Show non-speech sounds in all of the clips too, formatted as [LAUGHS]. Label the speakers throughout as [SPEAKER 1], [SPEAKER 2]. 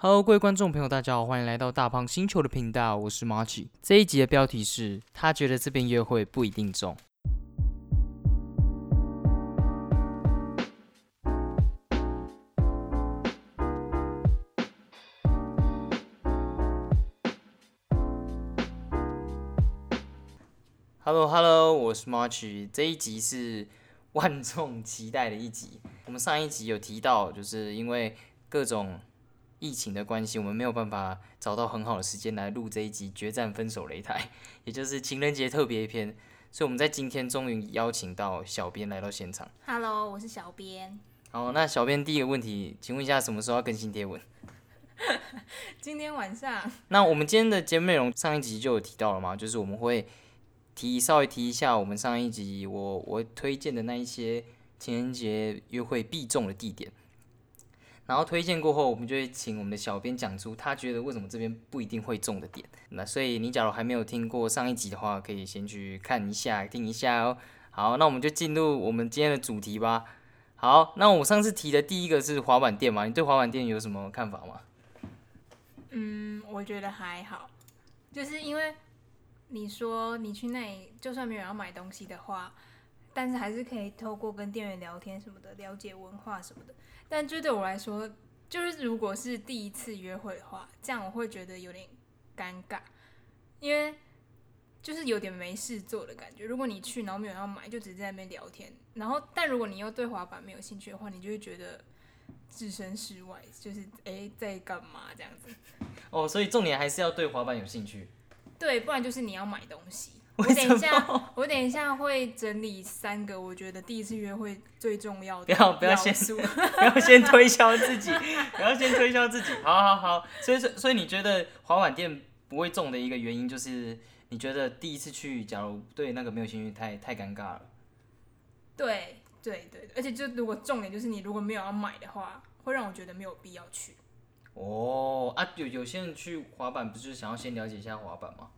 [SPEAKER 1] Hello，各位观众朋友，大家好，欢迎来到大胖星球的频道，我是 Marchi。这一集的标题是“他觉得这边约会不一定中”。Hello，Hello，我是 Marchi。这一集是万众期待的一集。我们上一集有提到，就是因为各种疫情的关系，我们没有办法找到很好的时间来录这一集《决战分手擂台》，也就是情人节特别篇。所以我们在今天终于邀请到小编来到现场。
[SPEAKER 2] Hello，我是小编。
[SPEAKER 1] 好，那小编第一个问题，请问一下什么时候要更新贴文？
[SPEAKER 2] 今天晚上
[SPEAKER 1] 那我们今天的节目内容上一集就有提到了嘛，就是我们会提稍微提一下我们上一集我我推荐的那一些情人节约会必中的地点，然后推荐过后，我们就会请我们的小编讲出他觉得为什么这边不一定会中的点。那所以你假如还没有听过上一集的话，可以先去看一下听一下哦。好，那我们就进入我们今天的主题吧。好，那我上次提的第一个是滑板店嘛，你对滑板店有什么看法吗？
[SPEAKER 2] 嗯，我觉得还好，就是因为你说你去那里，就算没有要买东西的话，但是还是可以透过跟店员聊天什么的，了解文化什么的。但就对我来说，就是如果是第一次约会的话，这样我会觉得有点尴尬，因为就是有点没事做的感觉。如果你去，然后没有要买，就只是在那边聊天，然后但如果你又对滑板没有兴趣的话，你就会觉得置身事外，就是诶在干嘛这样子。
[SPEAKER 1] 哦，所以重点还是要对滑板有兴趣。 [LAUGHS]
[SPEAKER 2] 对，不然就是你要买东西。我等一下，我等一下会整理三个我觉得第一次约会最重要的
[SPEAKER 1] 不要不要
[SPEAKER 2] 要
[SPEAKER 1] 先
[SPEAKER 2] 素。
[SPEAKER 1] 不要先推销自己，不要先推销自己。好好好，所以所以所以你觉得滑板店不会中的一个原因，就是你觉得第一次去，假如对那个没有兴趣，太太尴尬了。
[SPEAKER 2] 对对对，而且就如果重点就是你如果没有要买的话，会让我觉得没有必要去。
[SPEAKER 1] 哦啊，有有些人去滑板，不是想要先了解一下滑板吗？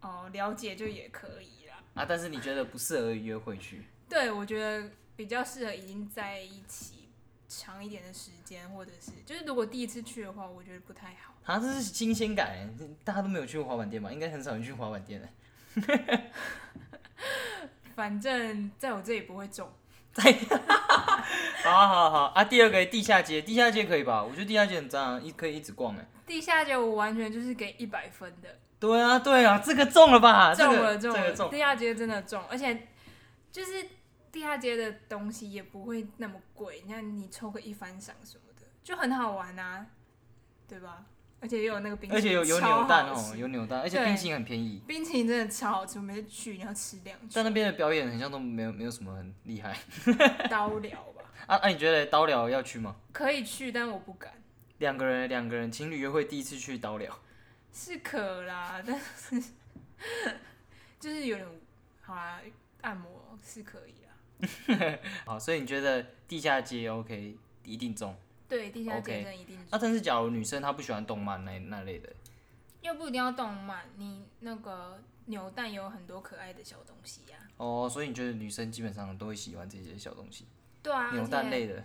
[SPEAKER 2] 哦，了解就也可以啦。
[SPEAKER 1] 啊，但是你觉得不适合约会去？
[SPEAKER 2] 对，我觉得比较适合已经在一起长一点的时间，或者是就是如果第一次去的话，我觉得不太好。
[SPEAKER 1] 啊，这是新鲜感欸，大家都没有去过滑板店吧？应该很少人去滑板店的，
[SPEAKER 2] 反正在我这里不会中。
[SPEAKER 1] [LAUGHS] 好好好啊，第二个地下街，地下街可以吧？我觉得地下街很赞啊，一可以一直逛哎。
[SPEAKER 2] 地下街我完全就是给一百分的。
[SPEAKER 1] 对啊，对啊，这个中了吧？这
[SPEAKER 2] 中
[SPEAKER 1] 个
[SPEAKER 2] 了中
[SPEAKER 1] 这
[SPEAKER 2] 了，
[SPEAKER 1] 个中。
[SPEAKER 2] 地下街真的中，而且就是地下街的东西也不会那么贵，你看你抽个一番赏什么的，就很好玩啊，对吧？而且也有那个冰淇淋，
[SPEAKER 1] 而且有有
[SPEAKER 2] 超
[SPEAKER 1] 扭蛋
[SPEAKER 2] 好
[SPEAKER 1] 哦，
[SPEAKER 2] 吃
[SPEAKER 1] 有扭蛋，而且
[SPEAKER 2] 对
[SPEAKER 1] 冰淇淋很便宜。
[SPEAKER 2] 冰淇淋真的超好吃，我每次去然后吃两
[SPEAKER 1] 但那
[SPEAKER 2] 圈，
[SPEAKER 1] 边的表演很像都没有没有什么很厉害
[SPEAKER 2] 刀疗吧，
[SPEAKER 1] 啊 [LAUGHS] 啊！你觉得刀疗要去吗？
[SPEAKER 2] 可以去，但我不敢，
[SPEAKER 1] 两个人两个人情侣约会第一次去刀疗， [LAUGHS]
[SPEAKER 2] 是可啦， [LAUGHS] 但是就是有点好啦，按摩是可以啦，
[SPEAKER 1] 好，所以你觉得地下街 OK 一定中
[SPEAKER 2] 对，地下
[SPEAKER 1] OK
[SPEAKER 2] 街真的一定
[SPEAKER 1] 啊？但是假如女生她不喜欢动漫那那类的，
[SPEAKER 2] 又不一定要动漫，你那个扭蛋有很多可爱的小东西呀、
[SPEAKER 1] 哦，所以你觉得女生基本上都会喜欢这些小东西，
[SPEAKER 2] 对啊，
[SPEAKER 1] 扭
[SPEAKER 2] 而
[SPEAKER 1] 蛋
[SPEAKER 2] 且
[SPEAKER 1] 类的。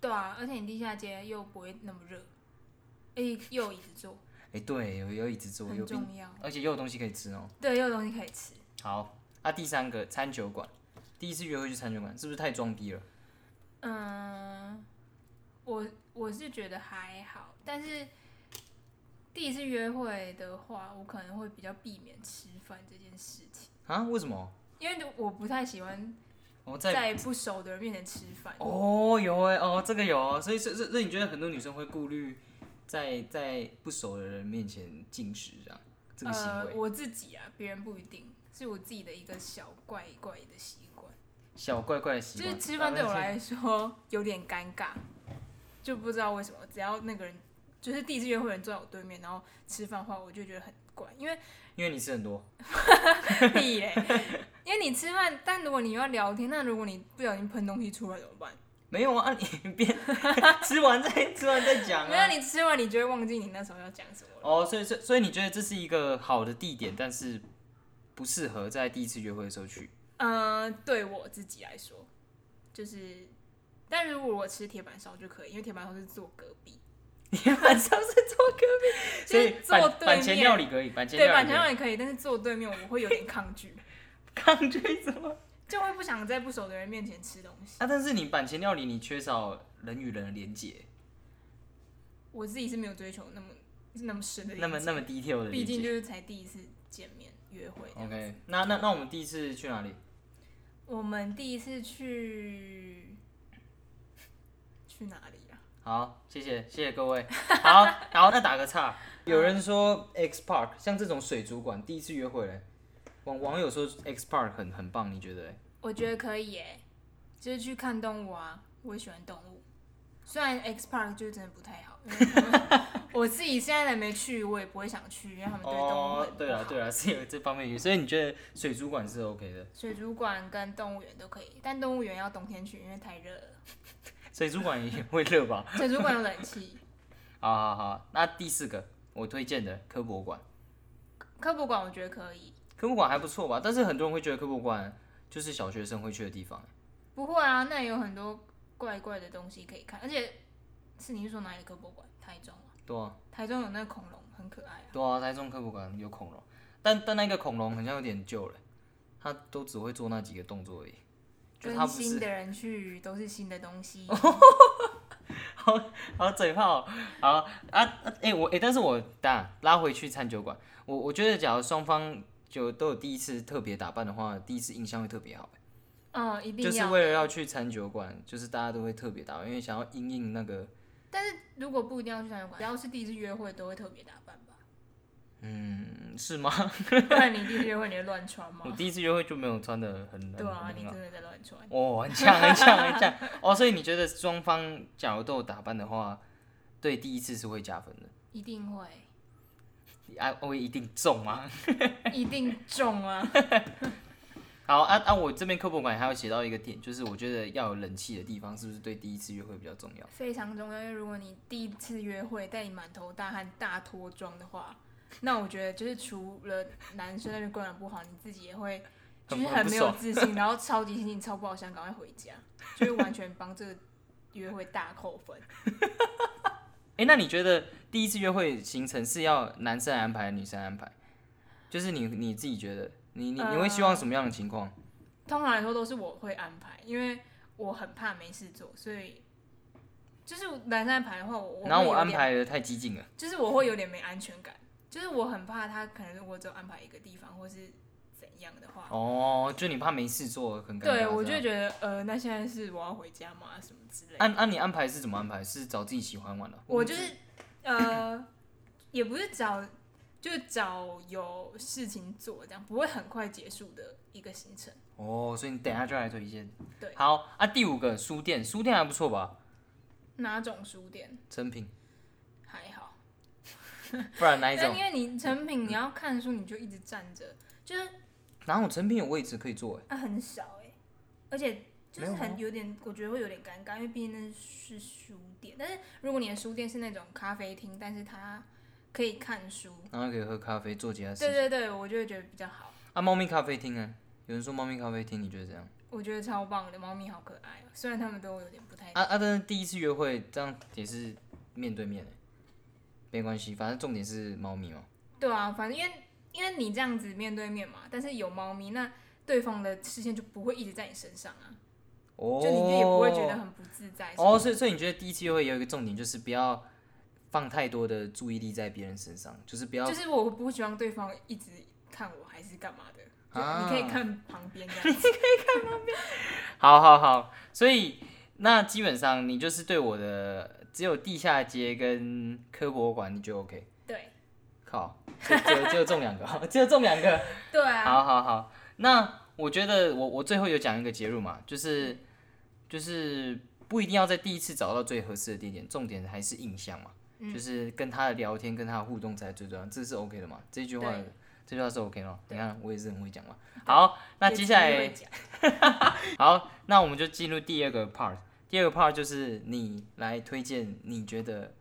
[SPEAKER 2] 对啊，而且你地下街又不会那么热，诶，又有椅子坐，
[SPEAKER 1] 哎、对，有有椅子坐，有冰，
[SPEAKER 2] 很重要。
[SPEAKER 1] 而且又有东西可以吃哦。
[SPEAKER 2] 对，又有东西可以吃。
[SPEAKER 1] 好，啊，第三个餐酒馆，第一次约会去餐酒馆，是不是太装逼了？
[SPEAKER 2] 嗯，我我是觉得还好，但是第一次约会的话，我可能会比较避免吃饭这件事情，
[SPEAKER 1] 啊？为什么？
[SPEAKER 2] 因为我不太喜欢
[SPEAKER 1] 我在
[SPEAKER 2] 在不熟的人面前吃饭。
[SPEAKER 1] 哦，有哎、哦，这个有哦，所以所以所以你觉得很多女生会顾虑在在不熟的人面前进食这样这个行为，
[SPEAKER 2] 呃，我自己啊，别人不一定，是我自己的一个小怪怪的习惯。
[SPEAKER 1] 小怪怪的习
[SPEAKER 2] 就
[SPEAKER 1] 惯。
[SPEAKER 2] 是吃饭对我
[SPEAKER 1] 啊
[SPEAKER 2] 来说有点尴尬，就不知道为什么，只要那个人就是第一次约会的人坐在我对面，然后吃饭的话，我就觉得很怪，
[SPEAKER 1] [LAUGHS]
[SPEAKER 2] 因为
[SPEAKER 1] 但是因为你吃很多，
[SPEAKER 2] 屁嘞，因为你吃饭，但如果你又要聊天，那如果你不小心喷东西出来怎么办？
[SPEAKER 1] 没有啊， [LAUGHS] 你别吃完再吃完再讲
[SPEAKER 2] 没有，
[SPEAKER 1] 啊。
[SPEAKER 2] 你吃完你就会忘记你那时候要讲什么了。
[SPEAKER 1] 哦，所以所以所以你觉得这是一个好的地点，但是不适合在第一次约会的时候去。
[SPEAKER 2] 嗯、对我自己来说，
[SPEAKER 1] [LAUGHS]
[SPEAKER 2] 就是，但如果我吃铁板烧就可以，因为铁板烧是坐隔壁。
[SPEAKER 1] 你晚上是坐隔壁，所以
[SPEAKER 2] 就是坐
[SPEAKER 1] 板
[SPEAKER 2] 对
[SPEAKER 1] 板前
[SPEAKER 2] 面
[SPEAKER 1] 料理可以，板前
[SPEAKER 2] 对，
[SPEAKER 1] 料
[SPEAKER 2] 板
[SPEAKER 1] 理
[SPEAKER 2] 前
[SPEAKER 1] 可
[SPEAKER 2] 料
[SPEAKER 1] 以
[SPEAKER 2] 理可以，但是坐对面我会有点抗拒，
[SPEAKER 1] [LAUGHS] 抗拒什么？
[SPEAKER 2] 就会不想在不熟的人面前吃东西。
[SPEAKER 1] 啊，但是你板前料理你缺少人与人的连接，
[SPEAKER 2] 我自己是没有追求那么那么深的连接，
[SPEAKER 1] 那么那么 detail 的
[SPEAKER 2] 毕
[SPEAKER 1] 连
[SPEAKER 2] 竟就
[SPEAKER 1] 接。
[SPEAKER 2] 是才第一次见面约会这样。
[SPEAKER 1] OK，那那那我们第一次去哪里？
[SPEAKER 2] 我们第一次去去哪里啊？
[SPEAKER 1] 好，谢谢谢谢各位。好，好，那打个岔。有人说 X Park 像这种水族馆，第一次约会嘞。网网友说 X Park 很很棒，你觉得嘞？
[SPEAKER 2] 我觉得可以耶，就是去看动物啊，我也喜欢动物。虽然 X Park 就真的不太好，因为他们 [LAUGHS] 我自己现在还没去，我也不会想去，因为他哦们对啊动物很不好。
[SPEAKER 1] 哦对啊了对了， [LAUGHS] 是有这方面原因，所以你觉得水族馆是 OK 的？
[SPEAKER 2] 水族馆跟动物园都可以，但动物园要冬天去，因为太热了。
[SPEAKER 1] 水族馆也会热吧？
[SPEAKER 2] 水族馆有冷气，
[SPEAKER 1] 好好好，那第四个我推荐的科博馆，
[SPEAKER 2] 科博馆我觉得可以。
[SPEAKER 1] 科博馆还不错吧？但是很多人会觉得科博馆就是小学生会去的地方。
[SPEAKER 2] 不会啊，那也有很多怪怪的东西可以看，而且是你是说哪里科博馆？台中啊，
[SPEAKER 1] 对啊，
[SPEAKER 2] 台中有那个恐龙，很可爱啊。
[SPEAKER 1] 对啊，台中科博馆有恐龙，但但那个恐龙好像有点旧了，它都只会做那几个动作而已，就它
[SPEAKER 2] 跟
[SPEAKER 1] 不 [LAUGHS]
[SPEAKER 2] 新
[SPEAKER 1] 是。
[SPEAKER 2] 的人去都是新的东
[SPEAKER 1] [LAUGHS]
[SPEAKER 2] 西，
[SPEAKER 1] 好嘴炮，好啊啊！哎、我哎、但是我打拉回去餐酒馆，我我觉得假如双方就都有第一次特别打扮的话，第一次印象会特别好。
[SPEAKER 2] 嗯，一定
[SPEAKER 1] 就
[SPEAKER 2] 要。
[SPEAKER 1] 是为了要去餐酒馆，就是大家都会特别打扮，因为想要因应那个，
[SPEAKER 2] 但是如果不一定要去餐馆，只要是第一次约会都会特别打扮
[SPEAKER 1] [LAUGHS]
[SPEAKER 2] 吧，
[SPEAKER 1] 嗯，是吗？
[SPEAKER 2] 不然你第一次约会你会乱穿吗
[SPEAKER 1] 我？第一次约会就没有穿的很
[SPEAKER 2] 对啊，你
[SPEAKER 1] 很那
[SPEAKER 2] 真
[SPEAKER 1] 个
[SPEAKER 2] 的在乱穿。
[SPEAKER 1] 哦，很像很像很像哦，所以你觉得双方假如都有打扮的话，对第一次是会加分的。
[SPEAKER 2] 一定会，
[SPEAKER 1] 啊，我一定中吗？ [LAUGHS]
[SPEAKER 2] 一定中啊！
[SPEAKER 1] 好啊啊！我这边科普馆还有写到一个点，就是我觉得要有冷气的地方，是不是对第一次约会比较重要？
[SPEAKER 2] 非常重要，因为如果你第一次约会带你满头大汗、大脱妆的话，那我觉得就是除了男生那边观感不好，你自己也会就
[SPEAKER 1] 很
[SPEAKER 2] 是
[SPEAKER 1] 很
[SPEAKER 2] 很
[SPEAKER 1] 不
[SPEAKER 2] 没有
[SPEAKER 1] 爽
[SPEAKER 2] 自信，然后超级心情超不好，想赶快回家，就是完全帮这个约会大扣分。
[SPEAKER 1] 哎、那你觉得第一次约会行程是要男生来安排，还是女生来安排？就是你你自己觉得，你你你会希望什么样的情况？
[SPEAKER 2] 通常来说都是我会安排，因为我很怕没事做，所以就是男生安排的话，呃我
[SPEAKER 1] 然后我
[SPEAKER 2] 会有
[SPEAKER 1] 安
[SPEAKER 2] 点
[SPEAKER 1] 排的太激进了，
[SPEAKER 2] 就是我会有点没安全感，就是我很怕他可能如果只有安排一个地方或是怎样的话，
[SPEAKER 1] 哦，就你怕没事做，很尴尬。
[SPEAKER 2] 对我
[SPEAKER 1] 这
[SPEAKER 2] 就
[SPEAKER 1] 样
[SPEAKER 2] 会觉得呃，那现在是我要回家吗？什么之类的。
[SPEAKER 1] 按啊按你安排是怎么安排？是找自己喜欢玩的、哦
[SPEAKER 2] 我就是呃，也不是找，就找有事情做这样，不会很快结束的一个行程。
[SPEAKER 1] 哦，所以你等一下就来推荐。
[SPEAKER 2] 对
[SPEAKER 1] 好啊，第五个书店，书店还不错吧？
[SPEAKER 2] 哪种书店
[SPEAKER 1] 成品，
[SPEAKER 2] 还好？
[SPEAKER 1] 不然哪一
[SPEAKER 2] 但
[SPEAKER 1] 种
[SPEAKER 2] [LAUGHS]
[SPEAKER 1] 嗯
[SPEAKER 2] 因？为你成品你要看书，你就一直站着，就是
[SPEAKER 1] 哪有成品有位置可以坐、欸？
[SPEAKER 2] 啊很少哎、而且就是
[SPEAKER 1] 没有啊吗
[SPEAKER 2] 很有点，我觉得会有点尴尬，因为毕竟那是书店。但是如果你的书店是那种咖啡厅，但是它可以看书，
[SPEAKER 1] 然后可以喝咖啡，做其他事
[SPEAKER 2] 对
[SPEAKER 1] 情。
[SPEAKER 2] 对对，我就会觉得比较好。
[SPEAKER 1] 啊，猫咪咖啡厅呢？有人说猫咪咖啡厅，你觉得怎样？
[SPEAKER 2] 我觉得超棒的，猫咪好可爱、哦。虽然它们都有点不太……
[SPEAKER 1] 啊啊，但是第一次约会这样也是面对面、欸，没关系，反正重点是猫咪嘛。
[SPEAKER 2] 对啊，反正因为因为你这样子面对面嘛，但是有猫咪，那对方的视线就不会一直在你身上啊，
[SPEAKER 1] 哦，
[SPEAKER 2] 就你就也不会觉得很不自在。
[SPEAKER 1] 哦，所以所以你觉得第一次约会有一个重点就是不要放太多的注意力在别人身上，就是不要
[SPEAKER 2] 就是我不希望对方一直看我，还是干嘛的。就
[SPEAKER 1] 啊
[SPEAKER 2] 你可以看旁边
[SPEAKER 1] [LAUGHS]
[SPEAKER 2] 这样子，
[SPEAKER 1] 好好好，所以那基本上你就是对我的只有地下街跟科博馆你就 OK，
[SPEAKER 2] 对
[SPEAKER 1] 靠，就只
[SPEAKER 2] [LAUGHS]
[SPEAKER 1] 有只有中两个， [LAUGHS] 只有中两个，
[SPEAKER 2] 对啊，
[SPEAKER 1] 好好好，那我觉得我我最后有讲一个结论嘛，就是就是不一定要在第一次找到最合适的地点，重点还是印象嘛，
[SPEAKER 2] 嗯
[SPEAKER 1] 就是跟他的聊天、跟他的互动才最重要，这是 OK 的嘛？这句话
[SPEAKER 2] 对
[SPEAKER 1] 这句话是 OK 的嘛，你
[SPEAKER 2] 对
[SPEAKER 1] 看我也是很会讲嘛。
[SPEAKER 2] 对
[SPEAKER 1] 好，那
[SPEAKER 2] 也
[SPEAKER 1] 接
[SPEAKER 2] 只
[SPEAKER 1] 下
[SPEAKER 2] 是
[SPEAKER 1] 来
[SPEAKER 2] 会讲
[SPEAKER 1] 好，那我们就进入第二个 part。第二个 part 就是你来推荐你觉得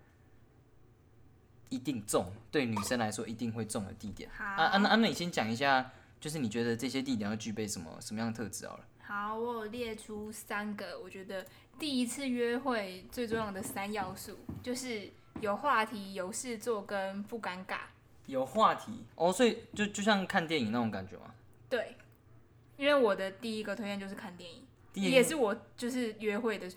[SPEAKER 1] 一定中，对女生来说一定会中的地点。
[SPEAKER 2] 好
[SPEAKER 1] 啊啊，那啊那你先讲一下，就是你觉得这些地点要具备什么什么样的特质好了？
[SPEAKER 2] 好，我有列出三个，我觉得第一次约会最重要的三要素，就是有话题、有事做跟不尴尬。
[SPEAKER 1] 有话题哦，所以就就像看电影那种感觉嘛。
[SPEAKER 2] 对，因为我的第一个推荐就是看电影，
[SPEAKER 1] 电影
[SPEAKER 2] 也是我就是约会的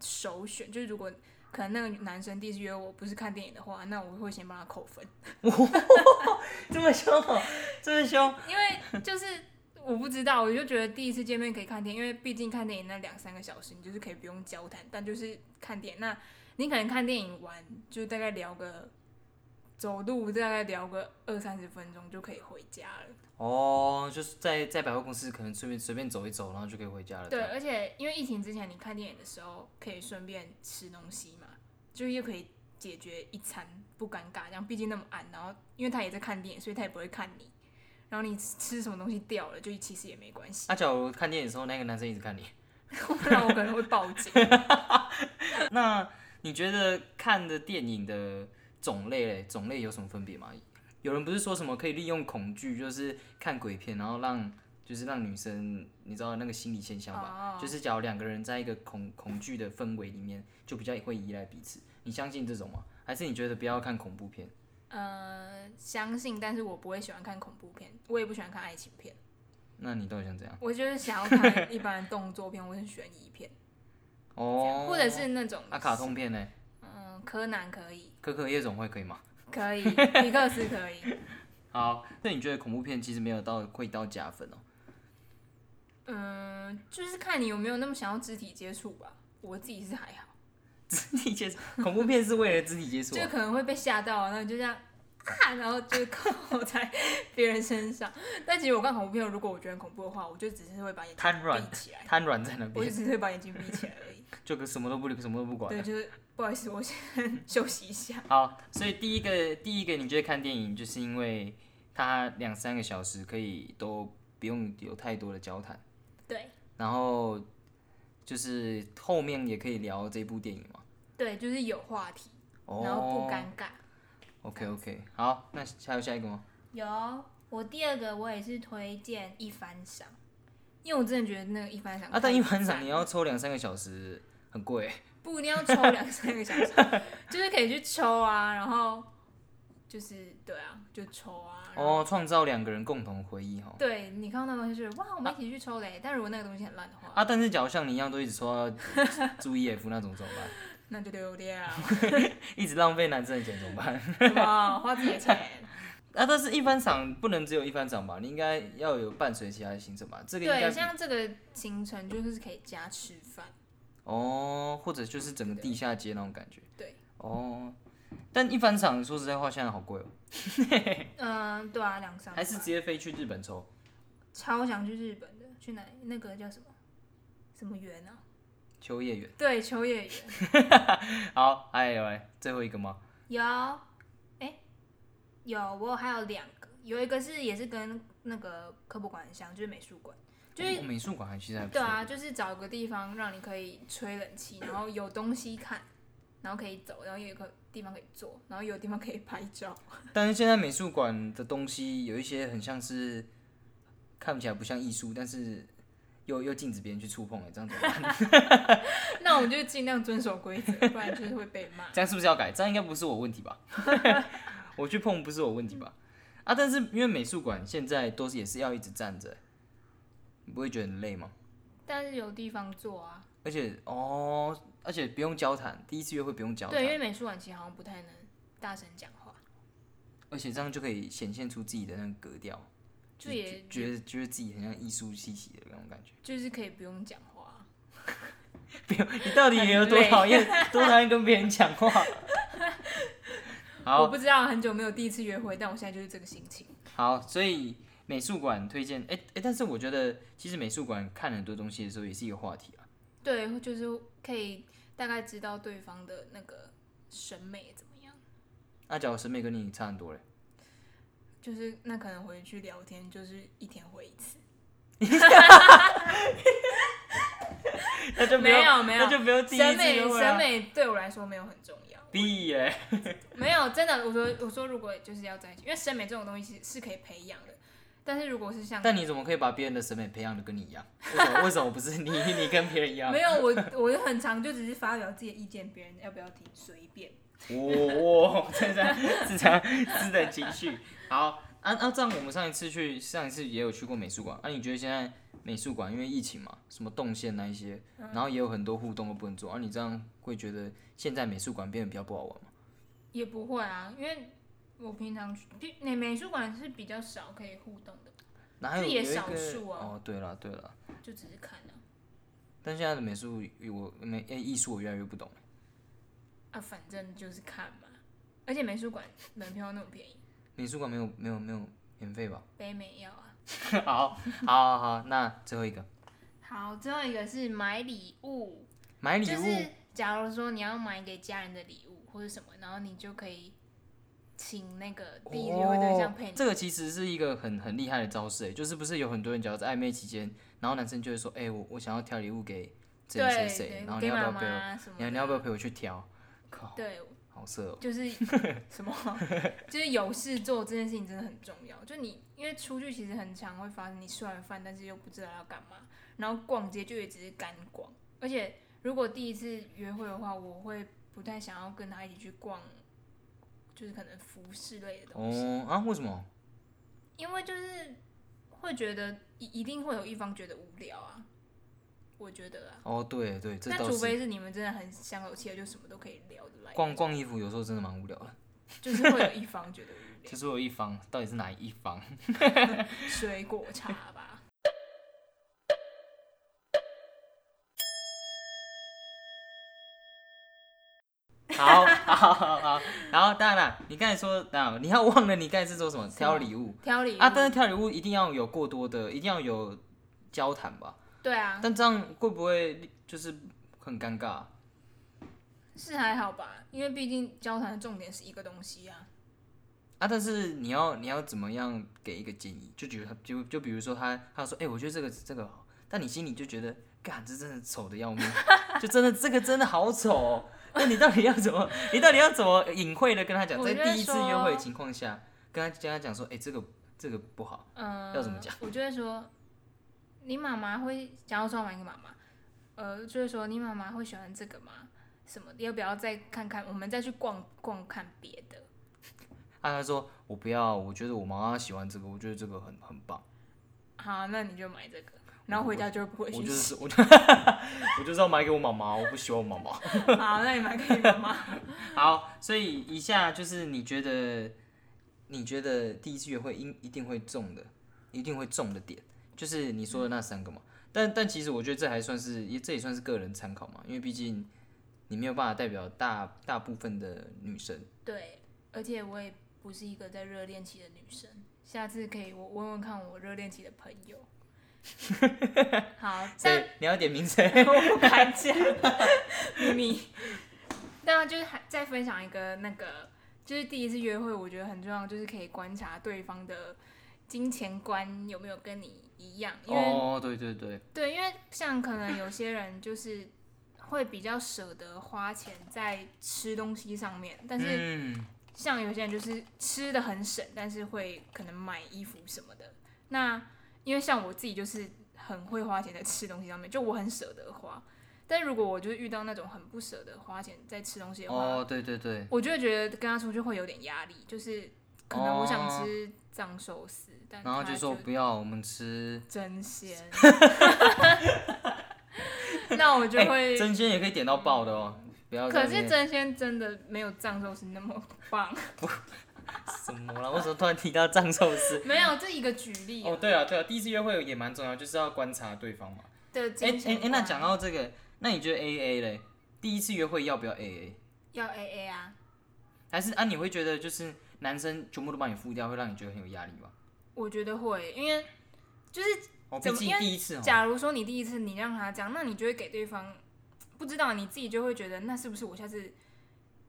[SPEAKER 2] 首选。就是如果可能那个男生第一次约我不是看电影的话，那我会先帮他扣分，
[SPEAKER 1] 这么凶哦，这么凶。
[SPEAKER 2] 因为就是我不知道，我就觉得第一次见面可以看电影，因为毕竟看电影那两三个小时你就是可以不用交谈，但就是看电影，那你可能看电影完就大概聊个。走路大概聊个二三十分钟就可以回家了。
[SPEAKER 1] 哦，就是在在百货公司可能随便随便走一走，然后就可以回家了。
[SPEAKER 2] 对，，而且因为疫情之前，你看电影的时候可以顺便吃东西嘛，就又可以解决一餐不尴尬。这样毕竟那么暗，然后因为他也在看电影，所以他也不会看你。然后你吃什么东西掉了，就其实也没关
[SPEAKER 1] [LAUGHS]
[SPEAKER 2] 系。
[SPEAKER 1] 那、假如看电影的时候那个男生一直看你，
[SPEAKER 2] 不然我可能会
[SPEAKER 1] [LAUGHS]
[SPEAKER 2] 报警。
[SPEAKER 1] 那你觉得看的电影的种类嘞，种类有什么分别吗？有人不是说什么可以利用恐惧，就是看鬼片，然后让就是让女生，你知道那个心理现象吧？
[SPEAKER 2] 哦
[SPEAKER 1] 就是假如两个人在一个恐恐惧的氛围里面，就比较会依赖彼此。你相信这种吗？还是你觉得不要看恐怖片？
[SPEAKER 2] 呃，相信，但是我不会喜欢看恐怖片，我也不喜欢看爱情片，
[SPEAKER 1] 那你到底想怎样？
[SPEAKER 2] 我就是想要看一般的动作片或是悬疑片，这样
[SPEAKER 1] 哦，
[SPEAKER 2] 或者是那种
[SPEAKER 1] 啊，卡通片呢？
[SPEAKER 2] 嗯、柯南可以，
[SPEAKER 1] 可可夜总会可以吗？
[SPEAKER 2] 可以，皮克斯可以。
[SPEAKER 1] 好，那你觉得恐怖片其实没有到会到加分哦？ [LAUGHS]
[SPEAKER 2] 嗯，就是看你有没有那么想要肢体接触吧。我自己是还好，
[SPEAKER 1] 肢体接触，恐怖片是为了肢体接触
[SPEAKER 2] 就
[SPEAKER 1] 啊、
[SPEAKER 2] 可能会被吓到，然后就这样啊，然后就靠在 [LAUGHS] 别人身上。但其实我看恐怖片，如果我觉得很恐怖的话，我就只是会把眼睛
[SPEAKER 1] 瘫软
[SPEAKER 2] 闭起来，
[SPEAKER 1] 瘫软在那
[SPEAKER 2] 我就
[SPEAKER 1] 边，
[SPEAKER 2] 只是会把眼睛闭起来而已。
[SPEAKER 1] 就跟什么都不理，什 [LAUGHS] 么都不管。
[SPEAKER 2] 对，就是不好意思，我先 [LAUGHS] 休息一下。
[SPEAKER 1] 好，所以第一个第一个，你觉得看电影就是因为它两三个小时可以都不用有太多的交谈，
[SPEAKER 2] 对
[SPEAKER 1] 然后就是后面也可以聊这部电影嘛。
[SPEAKER 2] 对，就是有话题，
[SPEAKER 1] 哦，
[SPEAKER 2] 然后不尴尬。
[SPEAKER 1] OK OK，好，那还有下一个吗？
[SPEAKER 2] 有我第二个，我也是推荐一番赏，因为我真的觉得那个一番赏
[SPEAKER 1] 啊，但一般
[SPEAKER 2] 赏
[SPEAKER 1] 场你要抽两三个小时，很
[SPEAKER 2] [LAUGHS]
[SPEAKER 1] 贵。
[SPEAKER 2] 不一定要抽两三个小时， [LAUGHS] 就是可以去抽啊，然后就是对啊，就抽啊。然后
[SPEAKER 1] 哦，创造两个人共同回忆哈。
[SPEAKER 2] 对你看到那个东西就是哇，我们一起去抽嘞、但如果那个东西很烂的话，
[SPEAKER 1] 啊，但是假如像你一样都一直抽到 [LAUGHS] 注意 F 那种怎么办？
[SPEAKER 2] 那就丢掉，
[SPEAKER 1] 一直浪费男生的钱怎么办？
[SPEAKER 2] 什么花自己的钱。
[SPEAKER 1] 啊，但是一番赏不能只有一番赏吧？你应该要有伴随其他的行程吧？ [LAUGHS] 这个应
[SPEAKER 2] 对，
[SPEAKER 1] 该
[SPEAKER 2] 像这个行程就是可以加吃饭，
[SPEAKER 1] 哦，或者就是整个地下街那种感觉。
[SPEAKER 2] 对。
[SPEAKER 1] 哦，但一番赏说实在话，现在好贵哦，
[SPEAKER 2] 嗯，对啊，两三
[SPEAKER 1] 还是
[SPEAKER 2] 百
[SPEAKER 1] 直接飞去日本抽
[SPEAKER 2] 超想去日本的，去哪里？那个叫什么什么园啊？
[SPEAKER 1] 秋叶原。
[SPEAKER 2] 对，秋叶原
[SPEAKER 1] 好，哎呦喂，最后一个吗？
[SPEAKER 2] 有，哎、有，我还有两个，有一个是也是跟那个科博馆很像，就是美术馆，就是
[SPEAKER 1] 哦美术馆还其实还不
[SPEAKER 2] 对
[SPEAKER 1] 错。
[SPEAKER 2] 啊，就是找个地方让你可以吹冷气，然后有东西看，然后可以走，然后有一个地方可以坐，然后有地方可以拍照。 [LAUGHS]
[SPEAKER 1] 但是现在美术馆的东西有一些很像是看起来不像艺术，但是又又禁止别人去触碰，哎，这样怎么办？
[SPEAKER 2] 那我们就尽量遵守规则，不然就是会被骂。
[SPEAKER 1] 这样是不是要改？这样应该不是我问题吧？ [LAUGHS] 我去碰不是我问题吧？啊，但是因为美术馆现在都是也是要一直站着，你不会觉得很累吗？
[SPEAKER 2] 但是有地方坐啊，
[SPEAKER 1] 而且哦，而且不用交谈，第一次约会不用交
[SPEAKER 2] 对，因
[SPEAKER 1] 谈，
[SPEAKER 2] 为美术馆其实好像不太能大声讲话，
[SPEAKER 1] 而且这样就可以显现出自己的那个格调，
[SPEAKER 2] 就是也
[SPEAKER 1] 觉觉得觉得自己很像艺术气息的那种感
[SPEAKER 2] [LAUGHS]
[SPEAKER 1] 觉。
[SPEAKER 2] 就是可以不用讲话啊。
[SPEAKER 1] 你到底有多讨厌，多讨厌跟别人讲
[SPEAKER 2] [LAUGHS]
[SPEAKER 1] 话？
[SPEAKER 2] 我
[SPEAKER 1] 好
[SPEAKER 2] 不知道很久没有第一次约会，但我现在就是这个心情。
[SPEAKER 1] 好，所以美术馆推荐，哎、哎、但是我觉得其实美术馆看很多东西的时候也是一个话题啊。
[SPEAKER 2] 对，就是可以大概知道对方的那个审美怎么样，
[SPEAKER 1] 那假如审美跟你差很多嘞，
[SPEAKER 2] 就是那可能回去聊天，就是一天回一次。
[SPEAKER 1] [LAUGHS] 那就
[SPEAKER 2] 没有没有
[SPEAKER 1] 那就不用第一
[SPEAKER 2] 审
[SPEAKER 1] 次
[SPEAKER 2] 美
[SPEAKER 1] 约会
[SPEAKER 2] 审
[SPEAKER 1] 啊。
[SPEAKER 2] 美对我来说没有很重要，
[SPEAKER 1] 屁 [LAUGHS] 耶、
[SPEAKER 2] 没有真的，我说我说如果就是要在一起，因为审美这种东西是是可以培养的，但是如果是像
[SPEAKER 1] 但你怎么可以把别人的审美培养的跟你一样？为什么？为什么不是你？ [LAUGHS] 你跟别人一样
[SPEAKER 2] 没？有我，我就很常就只是发表自己的意见，别人要不要听随便。
[SPEAKER 1] 我我这样是这样是的情绪。好，啊啊，这样我们上一次去，上一次也有去过美术馆。啊，你觉得现在美术馆因为疫情嘛，什么动线那一些，
[SPEAKER 2] 嗯
[SPEAKER 1] 然后也有很多互动都不能做。啊，你这样会觉得现在美术馆变得比较不好玩吗？
[SPEAKER 2] 也不会啊，因为我平常去那美术馆是比较少可以互动的，
[SPEAKER 1] 哪有
[SPEAKER 2] 这也
[SPEAKER 1] 有一
[SPEAKER 2] 少
[SPEAKER 1] 个
[SPEAKER 2] 数啊
[SPEAKER 1] 哦，对了对了，
[SPEAKER 2] 就只是看啊。
[SPEAKER 1] 但现在的美术我美诶艺术我越来越不懂。
[SPEAKER 2] 啊，反正就是看嘛。而且美术馆门票那么便宜，
[SPEAKER 1] 美术馆没有没有没有免费吧？
[SPEAKER 2] 北美要啊。
[SPEAKER 1] 好，好，好，好，那最后一个
[SPEAKER 2] 好，最后一个是买礼物，
[SPEAKER 1] 买礼
[SPEAKER 2] 就
[SPEAKER 1] 物，
[SPEAKER 2] 是假如说你要买给家人的礼物或者什么，然后你就可以请那个第一约会对象配
[SPEAKER 1] 哦
[SPEAKER 2] 你。
[SPEAKER 1] 这个其实是一个很很厉害的招式，哎，就是不是有很多人，假如在暧昧期间，然后男生就会说，哎、我我想要挑礼物给谁
[SPEAKER 2] 对
[SPEAKER 1] 谁谁，
[SPEAKER 2] 对
[SPEAKER 1] 然后你
[SPEAKER 2] 给
[SPEAKER 1] 要不要
[SPEAKER 2] 妈
[SPEAKER 1] 陪我？
[SPEAKER 2] 妈什么
[SPEAKER 1] 你
[SPEAKER 2] 的
[SPEAKER 1] 要你要不要陪我去挑？靠，
[SPEAKER 2] 对，
[SPEAKER 1] 好色哦、
[SPEAKER 2] 就是
[SPEAKER 1] [LAUGHS]
[SPEAKER 2] 什么，就是有事做这件事情真的很重要。就你因为出去其实很常会发生，你吃完饭但是又不知道要干嘛，然后逛街就也只是干逛。而且如果第一次约会的话，我会不太想要跟他一起去逛，就是可能服饰类的东西，
[SPEAKER 1] 哦啊，为什么？
[SPEAKER 2] 因为就是会觉得一一定会有一方觉得无聊啊，我觉得啊。
[SPEAKER 1] 哦，对对，这
[SPEAKER 2] 但
[SPEAKER 1] 倒
[SPEAKER 2] 除
[SPEAKER 1] 是。
[SPEAKER 2] 非是你们真的很相有气的，就什么都可以聊得来，
[SPEAKER 1] 逛逛衣服有时候真的蛮无聊的，
[SPEAKER 2] 就是会有一方觉得无聊
[SPEAKER 1] 其。实我有一方到底是哪一方？ [LAUGHS]
[SPEAKER 2] 水果茶吧。
[SPEAKER 1] 好，好，好，好，好然后当然啦，你刚才说，啊，你要忘了你刚才是说什么？挑礼物
[SPEAKER 2] [LAUGHS] 挑礼物
[SPEAKER 1] 啊，但是挑礼物一定要有过多的，一定要有交谈吧？
[SPEAKER 2] 对啊，
[SPEAKER 1] 但这样会不会就是很尴尬？
[SPEAKER 2] 是还好吧，因为毕竟交谈的重点是一个东西啊。
[SPEAKER 1] 啊，但是你要你要怎么样给一个建议？就比如他就就比如说他他说，哎、我觉得这个这个好，但你心里就觉得，干这真的丑的要命， [LAUGHS] 就真的这个真的好丑、哦。那你到底要怎么？你到底要怎么隐晦的跟他讲？
[SPEAKER 2] 我
[SPEAKER 1] 在
[SPEAKER 2] 就会
[SPEAKER 1] 第一次约会
[SPEAKER 2] 说
[SPEAKER 1] 的情况下，跟他跟他讲说，哎、这个这个不好，
[SPEAKER 2] 嗯，
[SPEAKER 1] 要怎么讲？
[SPEAKER 2] 我就会说，你妈妈会，假如说玩一个妈妈，呃，就会说你妈妈会喜欢这个吗？什么的？要不要再看看？我们再去逛逛看别的。
[SPEAKER 1] 啊，他说我不要，我觉得我妈妈喜欢这个，我觉得这个很很棒。
[SPEAKER 2] 好，那你就买这个，然后回家就不会
[SPEAKER 1] 我
[SPEAKER 2] 去
[SPEAKER 1] 就
[SPEAKER 2] 吃。
[SPEAKER 1] 是 [LAUGHS] 我就我就是要买给我妈妈，我不喜欢我妈妈。
[SPEAKER 2] 好，那你买给你妈妈。
[SPEAKER 1] 好，所以以下就是你觉得你觉得第一次约会应一定会中的，一定会中的点，就是你说的那三个嘛。但但其实我觉得这还算是也这也算是个人参考嘛，因为毕竟你没有办法代表大大部分的女生。
[SPEAKER 2] 对，而且我也不是一个在热恋期的女生，下次可以我问问看我热恋期的朋友。好，
[SPEAKER 1] 所以
[SPEAKER 2] 但
[SPEAKER 1] 你要点名谁？
[SPEAKER 2] 我不敢讲 [LAUGHS] 秘密。那就是还再分享一个那个，就是第一次约会，我觉得很重要，就是可以观察对方的金钱观有没有跟你一样，因为、
[SPEAKER 1] 哦，对对对，
[SPEAKER 2] 对，因为像可能有些人就是会比较舍得花钱在吃东西上面，但是
[SPEAKER 1] 嗯，
[SPEAKER 2] 像有些人就是吃的很省，但是会可能买衣服什么的。那因为像我自己就是很会花钱在吃东西上面，就我很舍得花。但如果我就是遇到那种很不舍得花钱在吃东西的话，
[SPEAKER 1] 哦，对对对，
[SPEAKER 2] 我就会觉得跟他出去会有点压力，就是可能我想
[SPEAKER 1] 哦
[SPEAKER 2] 吃藏寿司，但
[SPEAKER 1] 然后
[SPEAKER 2] 他
[SPEAKER 1] 就说不要，我们吃。
[SPEAKER 2] 真
[SPEAKER 1] [LAUGHS]
[SPEAKER 2] 鲜，那我就
[SPEAKER 1] 哎
[SPEAKER 2] 会。
[SPEAKER 1] 真鲜也可以点到爆的哦，不要在
[SPEAKER 2] 可
[SPEAKER 1] 那边。
[SPEAKER 2] 是真鲜真的没有藏寿司那么
[SPEAKER 1] [LAUGHS]
[SPEAKER 2] 棒，
[SPEAKER 1] 什么啦？为什么突然提到藏寿司？
[SPEAKER 2] 没有这一个举例啊、
[SPEAKER 1] 哦，对啊，对啊，第一次约会也蛮重要，就是要观察对方嘛。
[SPEAKER 2] 的
[SPEAKER 1] 哎
[SPEAKER 2] 金钱
[SPEAKER 1] 哎
[SPEAKER 2] 观。
[SPEAKER 1] 哎，那讲到这个，那你觉得 A A 嘞？第一次约会要不要 A A？
[SPEAKER 2] 要 A A 啊，
[SPEAKER 1] 还是啊，你会觉得就是男生全部都帮你付掉，会让你觉得很有压力吗？
[SPEAKER 2] 我觉得会，因为
[SPEAKER 1] 哦，毕
[SPEAKER 2] 怎么
[SPEAKER 1] 竟
[SPEAKER 2] 因为
[SPEAKER 1] 第一次哦。
[SPEAKER 2] 假如说你第一次你让他这样，那你就会给对方不知道，你自己就会觉得那是不是我下次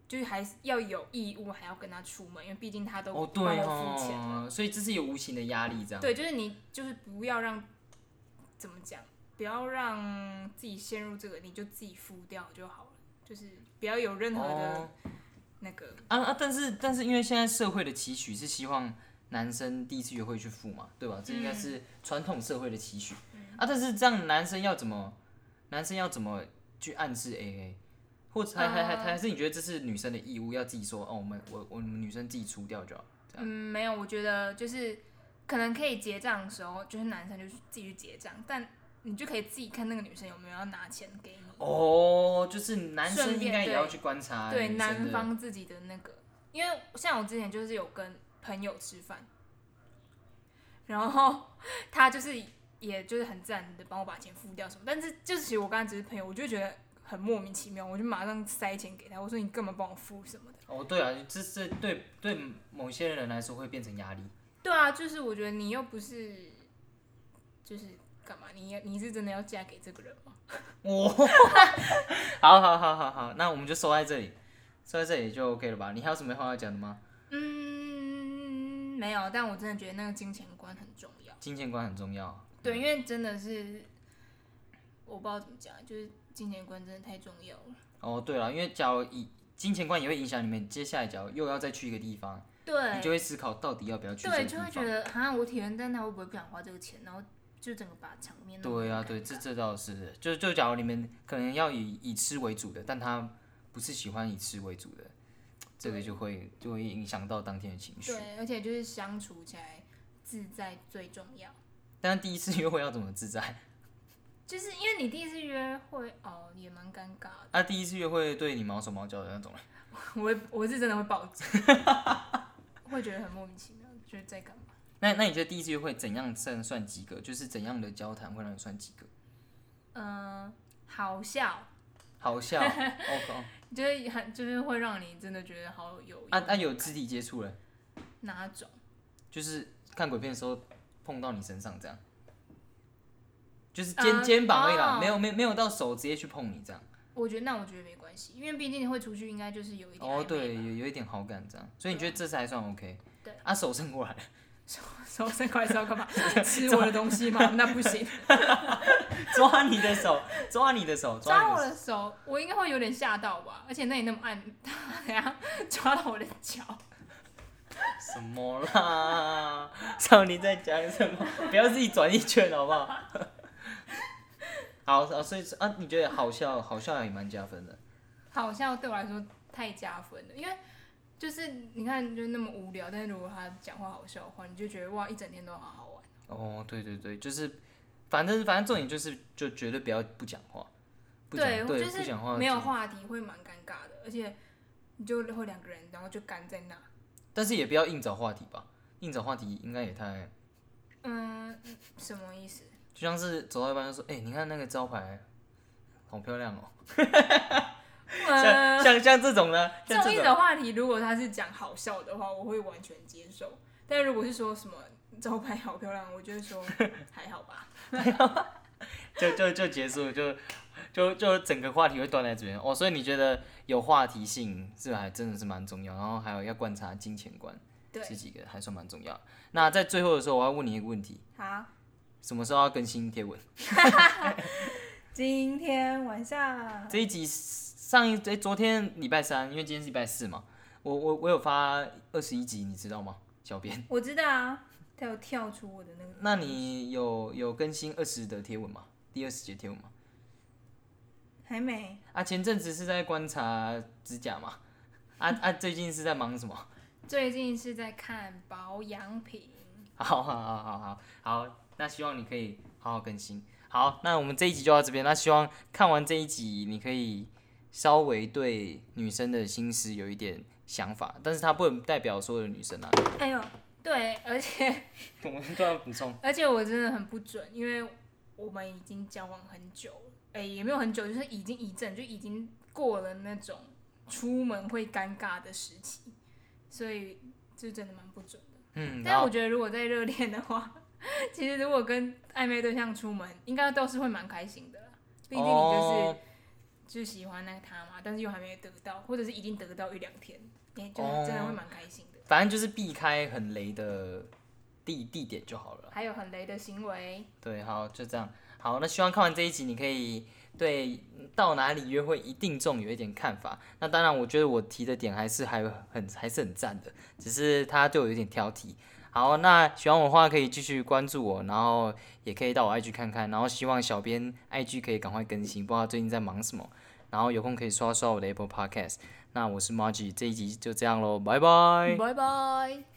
[SPEAKER 2] 就是还是要有义务还要跟他出门，因为毕竟他都
[SPEAKER 1] 哦，
[SPEAKER 2] 帮
[SPEAKER 1] 对
[SPEAKER 2] 我付钱了。
[SPEAKER 1] 哦，所以这是有无形的压力，这样。
[SPEAKER 2] 对，就是你就是不要让怎么讲，不要让自己陷入这个，你就自己付掉就好了，就是不要有任何
[SPEAKER 1] 哦
[SPEAKER 2] 的那个。
[SPEAKER 1] 啊啊！但是但是，因为现在社会的期许是希望男生第一次约会去付嘛，对吧？这
[SPEAKER 2] 嗯
[SPEAKER 1] 应该是传统社会的期许、啊。但是这样男生要怎么，男生要怎么去暗示 AA，或者还还还还是你觉得这是女生的义务，要自己说哦，我们我我们女生自己出掉就好。
[SPEAKER 2] 嗯，没有，我觉得就是可能可以结账的时候，就是男生就去自己去结账，但你就可以自己看那个女生有没有要拿钱给你。
[SPEAKER 1] 哦，就是男
[SPEAKER 2] 顺
[SPEAKER 1] 生
[SPEAKER 2] 便
[SPEAKER 1] 应该也要
[SPEAKER 2] 对
[SPEAKER 1] 去观察
[SPEAKER 2] 对
[SPEAKER 1] 女生
[SPEAKER 2] 男
[SPEAKER 1] 的
[SPEAKER 2] 方自己的那个，因为像我之前就是有跟朋友吃饭，然后 [LAUGHS] 他就是也就是很自然的帮我把钱付掉什么，但是就是其实我刚才只是朋友，我就觉得很莫名其妙，我就马上塞钱给他，我说你干嘛帮我付什么的？
[SPEAKER 1] 哦，对啊，这这对对某些人来说会变成压力。
[SPEAKER 2] 对啊，就是我觉得你又不是就是干嘛，你也你是真的要嫁给这个人吗？
[SPEAKER 1] [LAUGHS] 哦，好好好好好，那我们就收在这里，收在这里就 OK 了吧？你还有什么话要讲的吗？
[SPEAKER 2] 嗯，没有，但我真的觉得那个金钱观很重要。
[SPEAKER 1] 金钱观很重要。
[SPEAKER 2] 对，因为真的是我不知道怎么讲，就是金钱观真的太重要了。
[SPEAKER 1] 哦，对了，因为假如以金钱观也会影响你们接下来，假如又要再去一个地方，你就
[SPEAKER 2] 对，
[SPEAKER 1] 会思考到底要不要去这个
[SPEAKER 2] 对，
[SPEAKER 1] 地
[SPEAKER 2] 就会
[SPEAKER 1] 方。
[SPEAKER 2] 觉得啊，我体验，但他会不会不想花这个钱，然后就整个把场面弄得
[SPEAKER 1] 对啊，
[SPEAKER 2] 很
[SPEAKER 1] 对，
[SPEAKER 2] 尴
[SPEAKER 1] 这
[SPEAKER 2] 尬
[SPEAKER 1] 这倒是，就就假如你们可能要以以吃为主的，但他不是喜欢以吃为主的，这个就会就会影响到当天的情绪。
[SPEAKER 2] 对，而且就是相处起来自在最重要。
[SPEAKER 1] 但第一次约会要怎么自在？
[SPEAKER 2] 就是因为你第一次约会哦，也蛮尴尬的。
[SPEAKER 1] 啊，第一次约会对你毛手毛脚的那种人，
[SPEAKER 2] [LAUGHS] 我会我是真的会报警，会觉得很莫名其妙，就是在干嘛？
[SPEAKER 1] 那那你觉得第一次约会怎样算算及格？就是怎样的交谈会让你算及格？
[SPEAKER 2] 嗯、好笑，
[SPEAKER 1] 好笑哦
[SPEAKER 2] [LAUGHS]
[SPEAKER 1] ，OK。
[SPEAKER 2] 就是很就是会让你真的觉得好有
[SPEAKER 1] 啊啊，有肢体接触了，
[SPEAKER 2] 哪种？
[SPEAKER 1] 就是看鬼片的时候碰到你身上这样，就是
[SPEAKER 2] 啊
[SPEAKER 1] 肩、肩膀而已啦，
[SPEAKER 2] 哦
[SPEAKER 1] 没有没有没有到手直接去碰你这样。
[SPEAKER 2] 我觉得那我觉得没关系，因为毕竟你会出去，应该就是有一点
[SPEAKER 1] 哦，
[SPEAKER 2] 暧昧
[SPEAKER 1] 对，有
[SPEAKER 2] 吧，
[SPEAKER 1] 有一点好感这样，所以你觉得这次还算 OK？
[SPEAKER 2] 对
[SPEAKER 1] 啊，手伸过来， [LAUGHS]
[SPEAKER 2] 手伸过来是要干嘛？吃我的东
[SPEAKER 1] [LAUGHS]
[SPEAKER 2] 西吗？那不行，
[SPEAKER 1] 抓你的手，抓你的手，
[SPEAKER 2] 抓
[SPEAKER 1] 你
[SPEAKER 2] 我
[SPEAKER 1] 的手。
[SPEAKER 2] 的手，我应该会有点吓到吧？而且那里那么暗， [LAUGHS] 他等下抓到我的脚，
[SPEAKER 1] 什么啦？ [LAUGHS] 少你在讲什么？不要自己转一圈好不好？ [LAUGHS] 好，啊所以啊，你觉得好笑，好笑也蛮加分的。
[SPEAKER 2] 好像对我来说太加分了，因为就是你看就那么无聊，但是如果他讲话好笑的话，你就觉得哇，一整天都好好玩。
[SPEAKER 1] 哦，对对对，就是，反正反正重点就是，就绝对不要不讲话，不讲
[SPEAKER 2] 对，
[SPEAKER 1] 对
[SPEAKER 2] 就
[SPEAKER 1] 不讲话
[SPEAKER 2] 是没有
[SPEAKER 1] 就，
[SPEAKER 2] 话题会蛮尴尬的，而且你就会两个人，然后就干在那。
[SPEAKER 1] 但是也不要硬找话题吧，硬找话题应该也太，
[SPEAKER 2] 嗯，什么意 [LAUGHS] 思？
[SPEAKER 1] 就像是走到一半就说，哎、你看那个招牌，好漂亮哦，
[SPEAKER 2] 嗯
[SPEAKER 1] 像像像这种呢，
[SPEAKER 2] 呃这
[SPEAKER 1] 像这
[SPEAKER 2] 种一
[SPEAKER 1] 种
[SPEAKER 2] 的话题，如果他是讲好笑的话，我会完全接受。但如果是说什么招牌好漂亮，我就会说还好吧。
[SPEAKER 1] 就就就结束，就就就整个话题会断在这边哦。所以你觉得有话题性是还真的是蛮重要，然后还有要观察金钱观，
[SPEAKER 2] 对，
[SPEAKER 1] 这几个还算蛮重要。那在最后的时候，我要问你一个问题：
[SPEAKER 2] 好，
[SPEAKER 1] 什么时候要更新贴文？
[SPEAKER 2] 今天晚上
[SPEAKER 1] 这一集上一诶昨天礼拜三，因为今天是礼拜四嘛，我我我有发二十一集，你知道吗？小编，
[SPEAKER 2] 我知道啊，他有跳出我的那个。
[SPEAKER 1] 那你有有更新二十的贴文吗？第二十节贴文吗？
[SPEAKER 2] 还没？
[SPEAKER 1] 啊，前阵子是在观察指甲嘛，啊啊，最近是在忙什么？
[SPEAKER 2] 最近是在看保养品。
[SPEAKER 1] [LAUGHS] 好好好好好好，那希望你可以好好更新。好，那我们这一集就到这边。那希望看完这一集，你可以稍微对女生的心思有一点想法，但是它不能代表所有的女生啊。
[SPEAKER 2] 哎呦，对，而且
[SPEAKER 1] [LAUGHS] 我们都要补充。
[SPEAKER 2] 而且我真的很不准，因为我们已经交往很久了，哎、也没有很久，就是已经一阵，就已经过了那种出门会尴尬的时期，所以就真的蛮不准的。
[SPEAKER 1] 嗯，然
[SPEAKER 2] 但
[SPEAKER 1] 后
[SPEAKER 2] 我觉得如果在热恋的话，其实如果跟暧昧对象出门，应该都是会蛮开心的啦。毕竟你就是、
[SPEAKER 1] 哦
[SPEAKER 2] 就喜欢那个他嘛，但是又还没得到，或者是已经得到一两天，哎、就
[SPEAKER 1] 哦
[SPEAKER 2] 真的会蛮开心的。
[SPEAKER 1] 反正就是避开很雷的地地点就好了。
[SPEAKER 2] 还有很雷的行为，
[SPEAKER 1] 对，好，就这样。好，那希望看完这一集，你可以对到哪里约会一定中有一点看法。那当然，我觉得我提的点还是还很还是很赞的，只是他对我有点挑剔好，那喜欢我的话可以继续关注我，然后也可以到我 IG 看看，然后希望小编 IG 可以赶快更新，不知道最近在忙什么，然后有空可以刷刷我的 Apple Podcast。那我是 Margie，这一集就这样喽，拜拜。
[SPEAKER 2] 拜拜。